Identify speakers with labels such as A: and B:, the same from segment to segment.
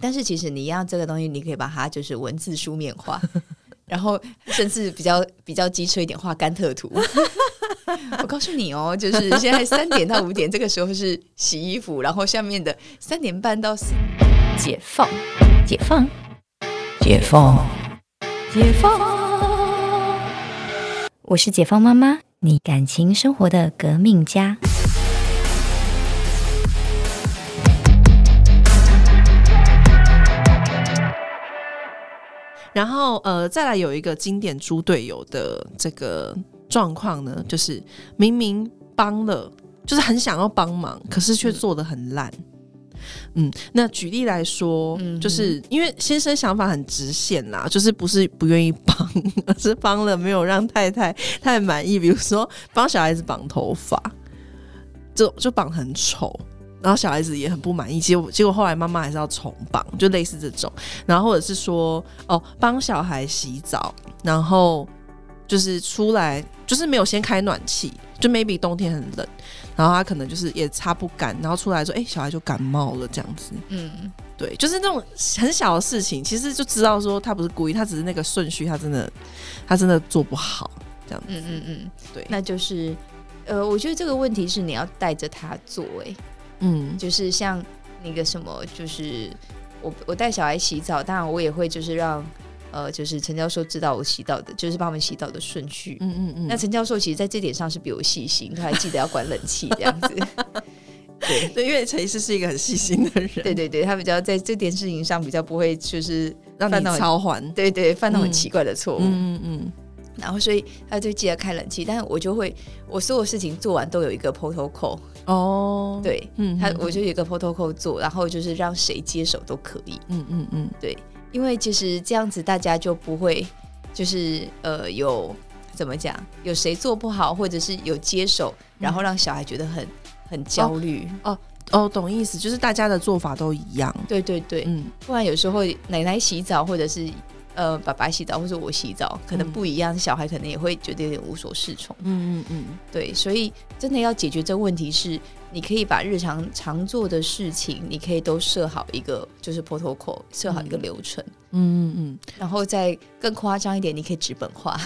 A: 但是其实你要这个东西，你可以把它就是文字书面化，然后甚至比较比较机车一点画甘特图。 我告诉你哦，就是现在三点到五点这个时候是洗衣服，然后下面的三点半到四
B: 解放，解放，解放，解放。我是解放妈妈，你感情生活的革命家。
C: 然后呃，再来有一个经典猪队友的这个状况呢，就是明明帮了，就是很想要帮忙，可是却做的很烂。嗯，那举例来说，
A: 嗯
C: 就是因为先生想法很直线啦，就是不是不愿意帮，而是帮了没有让太太太满意。比如说帮小孩子绑头发，就就绑很丑，然后小孩子也很不满意。结果结果后来妈妈还是要重绑，就类似这种。然后或者是说哦，帮小孩洗澡，然后就是出来就是没有先开暖气，就 maybe 冬天很冷，然后他可能就是也擦不干，然后出来说，哎、小孩就感冒了这样子。
A: 嗯，
C: 对，就是那种很小的事情，其实就知道说他不是故意，他只是那个顺序，他真的他真的做不好。
A: 嗯嗯嗯，
C: 对
A: 那就是呃，我觉得这个问题是你要带着他做、欸，
C: 嗯
A: 就是像那个什么，就是我我带小孩洗澡，当然我也会就是让呃，就是陈教授知道我洗澡的，就是帮我们洗澡的顺序。
C: 嗯嗯嗯，
A: 那陈教授其实在这点上是比我细心，他还记得要关冷气这 样子。对
C: 对，因为陈医师是一个很细心的人，
A: 对，对对，他比较在这点事情上比较不会就是
C: 让
A: 犯
C: 你
A: 到很
C: 超还。
A: 对对犯那种很
C: 嗯
A: 奇怪的错误。
C: 嗯嗯嗯，
A: 然后所以他就记得开冷气，但是我就会我所有事情做完都有一个 protocol，
C: 哦，，
A: 对。
C: 嗯
A: 他我就有一个 protocol 做，然后就是让谁接手都可以，
C: 嗯嗯嗯，
A: 因为其实这样子大家就不会就是呃有怎么讲，有谁做不好，或者是有接手，然后让小孩觉得很很焦虑。
C: 嗯哦，懂意思，就是大家的做法都一样。
A: 对对对，
C: 嗯，
A: 不然有时候奶奶洗澡，或者是呃爸爸洗澡，或者我洗澡，可能
C: 嗯
A: 不一样，小孩可能也会觉得有点无所适从。
C: 嗯嗯嗯，
A: 对，所以真的要解决这个问题是，你可以把日常常做的事情，你可以都设好一个 就是 protocol，设好一个
C: 嗯
A: 流程，
C: 嗯嗯嗯，
A: 然后再更夸张一点，你可以纸本化。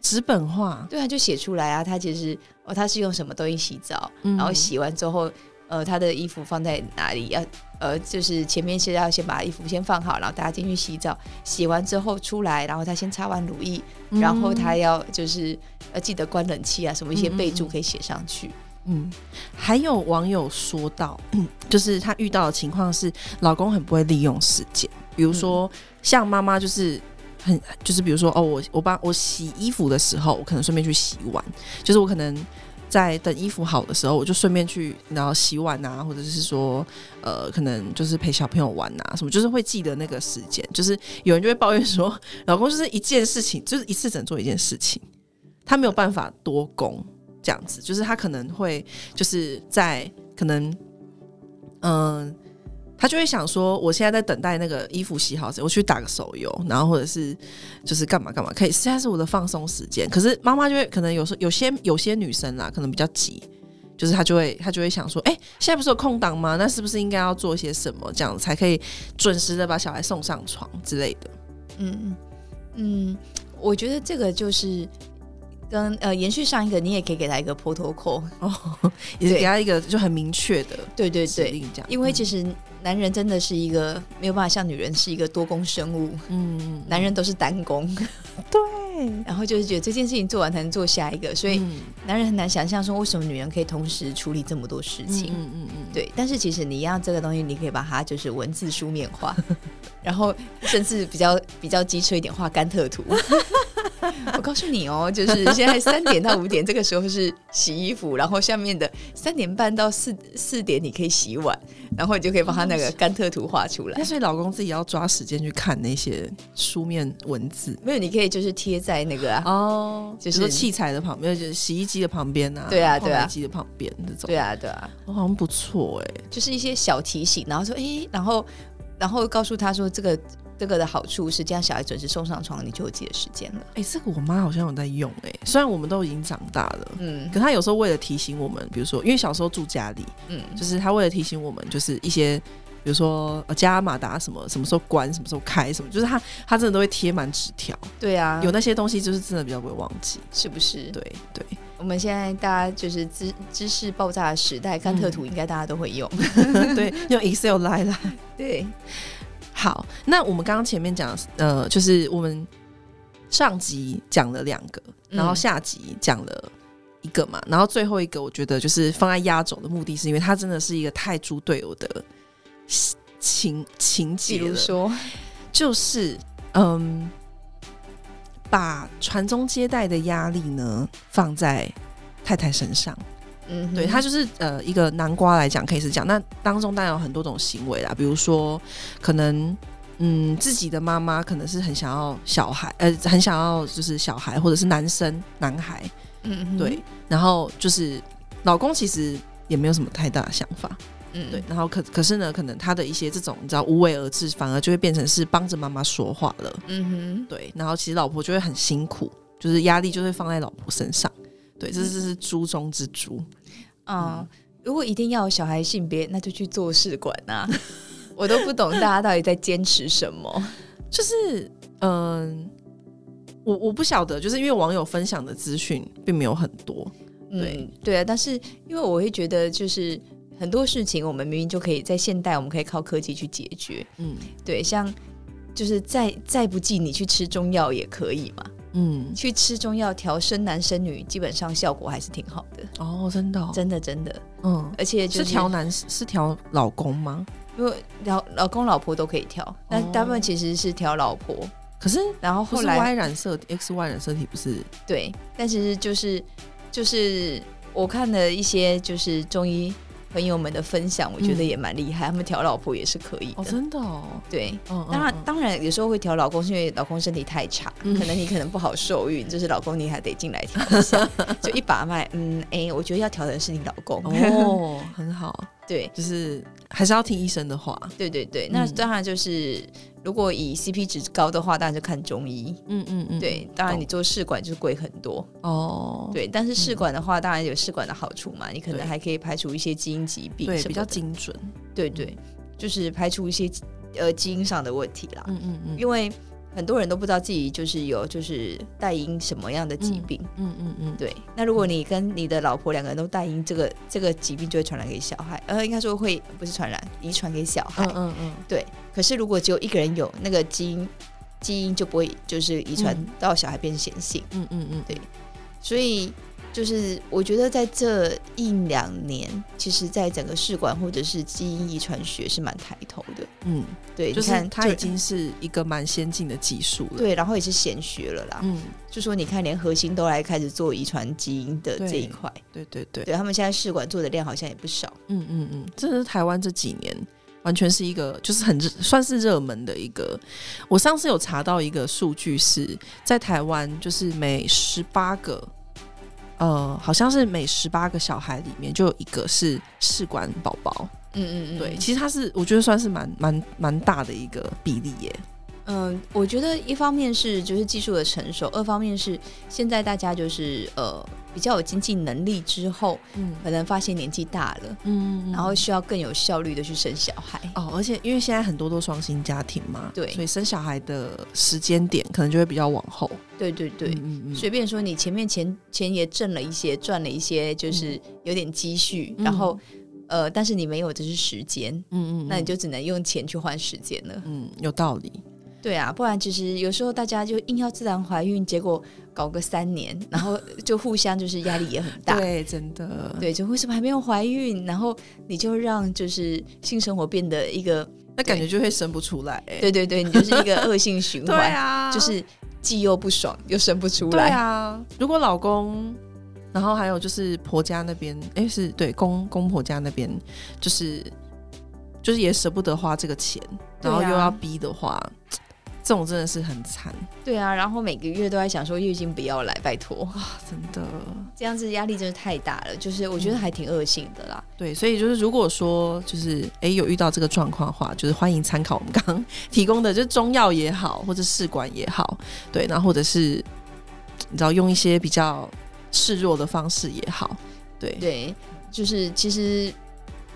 C: 纸本化，
A: 对啊，就写出来啊。他其实哦，他是用什么东西洗澡，
C: 然
A: 然后，洗完之后，呃，他的衣服放在哪里？要呃，就是前面是要先把衣服先放好，然后大家进去洗澡。洗完之后出来，然后他先擦完乳液，然后他要就是要记得关冷气啊，什么一些
C: 嗯嗯
A: 备注
C: 嗯
A: 可以写上去。
C: 嗯，还有网友说到， 就是她遇到的情况是，老公很不会利用时间，比如说、像妈妈就是。很就是比如说哦，我我帮我洗衣服的时候，我可能顺便去洗碗，就是我可能在等衣服好的时候，我就顺便去然后洗碗啊，或者是说呃，可能就是陪小朋友玩啊，什么就是会记得那个时间。就是有人就会抱怨说， 老公就是一件事情，就是一次只能做一件事情，他没有办法多工这样子，就是他可能会就是在可能，嗯、他就会想说，我现在在等待那个衣服洗好时，我去打个手游，然后或者是就是干嘛干嘛，可以现在是我的放松时间。可是妈妈就会可能有时候有些有些女生啊啦，可能比较急。就是她就会，她就会想说，哎、现在不是有空档吗？那是不是应该要做些什么，这样才可以准时的把小孩送上床之类的？
A: 嗯嗯，嗯，我觉得这个就是跟呃延续上一个，你也可以给他一个 protocol。
C: 哦，也是
A: 对
C: 给他一个就很明确的
A: 对对
C: 指
A: 对，
C: 令，这样。
A: 因为其
C: 实，
A: 实男人真的是一个没有办法像女人是一个多工生物。
C: 嗯嗯，
A: 男人都是单工，
C: 对，
A: 然后就是觉得这件事情做完才能做下一个，所以
C: 嗯
A: 男人很难想象说为什么女人可以同时处理这么多事情。
C: 嗯嗯嗯，
A: 对，但是其实你要这个东西，你可以把它就是文字书面化， 然后甚至比较比较机车一点画甘特 图。我告诉你哦，就是现在三点到五点这个时候是洗衣服，然后下面的三点半到四四点你可以洗碗，然后你就可以把它那个甘特图画出来
C: 哦那。所以老公自己要抓时间去看那些书面文字
A: 没有，你可以就是贴在那个啊，
C: 哦，
A: 就
C: 就是是器材的旁边，就是洗衣机的旁边啊，
A: 对啊对啊
C: 烘焙机的旁边这种，
A: 对，啊，对啊，
C: 哦，好像不错哎，
A: 就是一些小提醒，然后说，诶，然后然后告诉他说，这个这个的好处是，这样小孩准时送上床，你就有自己的时间了。
C: 哎，这个我妈好像有在用哎，虽然我们都已经长大了。
A: 嗯
C: 可她有时候为了提醒我们，比如说，因为小时候住家里，
A: 嗯，
C: 就是她为了提醒我们，就是一些比如说呃加马达什么，什么时候关，什么时候开，什么，就是他他真的都会贴满纸条，
A: 对啊，
C: 有那些东西就是真的比较不会忘记。
A: 是不是？
C: 对对，
A: 我们现在大家就是知知识爆炸的时代，甘特图应该大家都会用。
C: 对， 用 Excel 来来。
A: 对，
C: 好，那我们刚刚前面讲，呃，就是我们上集讲了两个，
A: 嗯
C: 然后下集讲了一个嘛，然后最后一个我觉得就是放在压轴的目的是因为它真的是一个太猪队友的情情
A: 比
C: 节
A: 如
C: 了，
A: 说，
C: 就是嗯，把传宗接代的压力呢放在太太身上。
A: 嗯哼，
C: 对，它就是呃一个南瓜来讲可以是这样，那当中当然有很多种行为啦，比如说可能嗯自己的妈妈可能是很想要小孩，呃很想要就是小孩或者是男生男孩，
A: 嗯哼，
C: 对，然后就是老公其实也没有什么太大的想法，
A: 嗯
C: 对，，然后可可是呢，可能他的一些这种你知道无为而治，反而就会变成是帮着妈妈说话了。
A: 嗯
C: 对，然后其实老婆就会很辛苦，就是压力就会放在老婆身上。对，这
A: 嗯
C: 这是猪中之猪。
A: 哼，嗯，如果一定要有小孩性别，那就去做试管 啊。我都不懂大家到底在坚持什么。
C: 就是嗯、我我不晓得，就是因为网友分享的资讯并没有很多，对
A: 嗯，对啊，但是因为我会觉得，就是很多事情我们明明就可以在现代，我们可以靠科技去解决。
C: 嗯
A: 对，像就是再再不济，你去吃中药也可以嘛。
C: 嗯，
A: 去吃中药调生男生女，基本上效果还是挺好的，
C: 哦，真的、哦，
A: 真的真的。
C: 嗯，
A: 而且就是是
C: 调，男是调老公吗？
A: 因为老老公老婆都可以调，但
C: 哦
A: 大部分其实是调老婆，
C: 可是
A: 然后
C: 不
A: 后
C: 是
A: 来
C: Y 染色体 X Y 染色体不是
A: 对，但其实就是就是我看了一些就是中医朋友们的分享，我觉得
C: 嗯
A: 也蛮厉害，他们调老婆也是可以的。
C: 哦，真的哦，
A: 对，
C: 嗯，
A: 当然，
C: 嗯嗯
A: 当然有时候会调老公，是因为老公身体太差，
C: 嗯
A: 可能你可能不好受孕，就是老公你还得进来调一下，就一把脉，嗯，哎、我觉得要调的是你老公。
C: 哦，很好，
A: 对
C: 就是还是要听医生的话，
A: 对对对，那
C: 嗯
A: 当然就是、如果以 CP 值高的话，当然就看中医。
C: 嗯嗯嗯，
A: 对，当然
C: 懂
A: 你做试管就是贵很多，
C: 哦，
A: 对。但是试管的话，当然有试管的好处嘛，你可
C: 对
A: 能还可以排除一些基因疾病
C: 对，
A: 什
C: 比
A: 么
C: 较
A: 的，
C: 精准，
A: 对对，就是排除一些呃基因上的问题啦。
C: 嗯嗯嗯
A: 因为很多人都不知道自己就是有就是带因什么样的疾病。
C: 嗯嗯嗯，
A: 对，那如果你跟你的老婆两个人都带因这个这个疾病，就会传染给小孩，呃，应该说会不是传染，遗传给小孩。
C: 嗯嗯嗯，
A: 可是如果只有一个人有那个基因，基因就不会就是遗传
C: 嗯
A: 到小孩变显性。
C: 嗯嗯嗯，
A: 所以就是我觉得在这一两年，其实在整个试管或者是基因遗传学是蛮抬头的。
C: 嗯。
A: 对，
C: 就
A: 你
C: 是
A: 看
C: 它已经是一个蛮先进的技术了。，
A: 对，啊然后也是显学了啦。
C: 嗯，
A: 就说你看，连核心都来开始做遗传基因的
C: 对
A: 这一块，
C: 对对对，
A: 对他啊们现在试管做的量好像也不少。
C: 嗯嗯嗯，真的是台湾这几年完全是一个就是很热，算是热门的一个。我上次有查到一个数据是在台湾，就是每十八个。呃，好像是每十八个小孩里面就有一个是试管宝宝，
A: 嗯嗯
C: 对，，其实它是我觉得算是蛮蛮蛮大的一个比例耶，
A: 嗯，我觉得一方面是就是技术的成熟，二方面是现在大家就是呃比较有经济能力之后，
C: 嗯
A: 可能发现年纪大了，
C: 嗯
A: 然后需要更有效率的去生小孩。
C: 哦，而且因为现在很多都双薪家庭嘛，
A: 对
C: 所以生小孩的时间点可能就会比较往后。
A: 对对对，
C: 嗯嗯
A: 随便说你前面钱钱也挣了一些，赚了一些，就是有点积蓄，
C: 嗯
A: 然后呃，但是你没有的是时间，
C: 嗯嗯
A: 那你就只能用钱去换时间了。
C: 嗯有道理，
A: 对啊，不然其实有时候大家就硬要自然怀孕，结果搞个三年，然后就互相就是压力也很大。
C: 对，真的，
A: 对，就为什么还没有怀孕？然后你就让就是性生活变得一个，
C: 那感觉就会生不出来、欸。
A: 对对对，你就是一个恶性循 环，
C: 啊
A: 就是既又不爽又生不出
C: 对
A: 来。
C: 啊。如果老公，然后还有就是婆家那边，哎、是对公公婆家那边，就是就是也舍不得花这个钱，然后
A: 对啊
C: 又要逼的话，这种真的是很惨
A: 对啊，然后每个月都在想说月经不要来，拜托，
C: 啊，真的。
A: 这样子压力真的太大了，就是我觉得还挺恶性的啦。
C: 对，所以就是如果说就是哎、诶有遇到这个状况的话，就是欢迎参考我们刚 刚提供的，就是中药也好，或者试管也好，对，然后或者是你知道用一些比
A: 嗯
C: 较示弱的方式也好，对，
A: 对，就是其实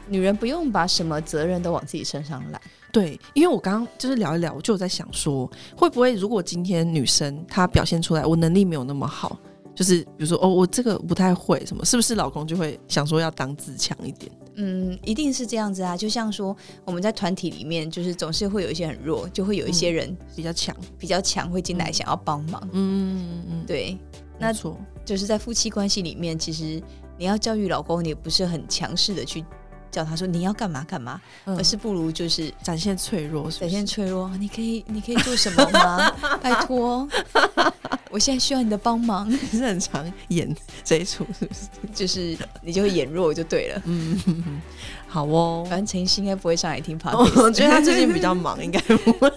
A: 女人不用把什么责任都往自己身上揽。
C: 对，因为我刚刚就是聊一聊，我就有在想说，会不会如果今天女生她表现出来，我能力没有那么好，就是比如说哦，我这个不太会什么，是不是老公就会想说要当自强一点？
A: 嗯，一定是这样子啊。就像说我们在团体里面，就是总是会有一些很弱，就会有一些人
C: 比较强，
A: 比较强，会进来想要帮忙。
C: 嗯嗯，
A: 对，那
C: 没错，
A: 就是在夫妻关系里面，其实你要教育老公，你也不是很强势的去叫他说你要干嘛干嘛，
C: 嗯
A: 而是不如就是
C: 展现脆弱是不
A: 展
C: 是，
A: 现脆弱，你可以你可以做什么吗？拜托，我现在需要你的帮忙，
C: 你是很常演这一出，是不是？
A: 就是你就会演弱就对了。
C: 嗯，好哦。
A: 反正陈奕迅应该不会上来听 p o d c a
C: 我觉得他最近比较忙，应该不会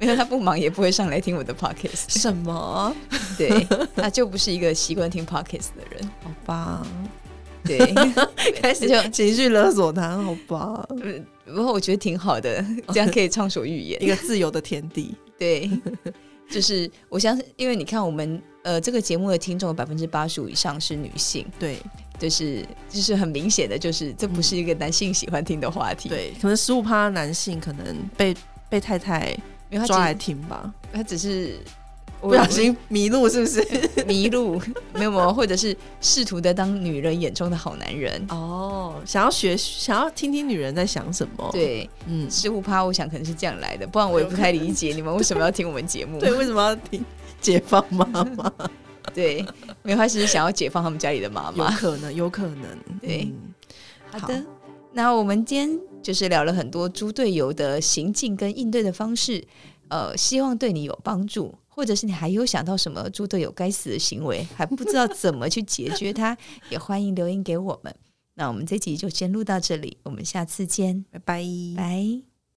A: 因为他不忙也不会上来听我的 podcast，
C: 什么？
A: 对，他就不是一个习惯听 podcast 的人，
C: 好吧，
A: 对，
C: 开始就情绪勒索他，好吧，
A: 嗯不过我觉得挺好的，这样可以畅所欲
C: 一
A: 言，
C: 个自由的天地。
A: 对， 就是我相信，因为你看我们呃这个节目的听众百分之八十五以上是女性，
C: 对
A: 就是就是很明显的，就是这不是一个男性喜欢听的话题，，
C: 嗯对，可能十五趴男性可能被被太太
A: 因为
C: 抓
A: 他
C: 来
A: 只
C: 听吧，
A: 他只是
C: 不小心迷路是不 是？
A: 迷路，没有没有，或者是试图的当女人眼中的好男人，
C: 哦，想要学，想要听听女人在想什么。，
A: 对。
C: 嗯，
A: 十五趴，我想可能是这样来的，不然我也不太理解你们为什么要听我们节目。
C: 对，为什么要听解放妈妈？
A: 对，没有，他只是想要解放他们家里的妈
C: 有
A: 妈。
C: 可能，有可能。
A: 对
C: 嗯
A: 好的，那我们今天就是聊了很多猪队友的行径跟应对的方式，呃，希望对你有帮助，或者是你还有想到什么猪队友该死的行为，还不知道怎么去解决它，也欢迎留言给我们。那我们这集就先录到这里，我们下次见，
C: 拜拜。
A: 拜。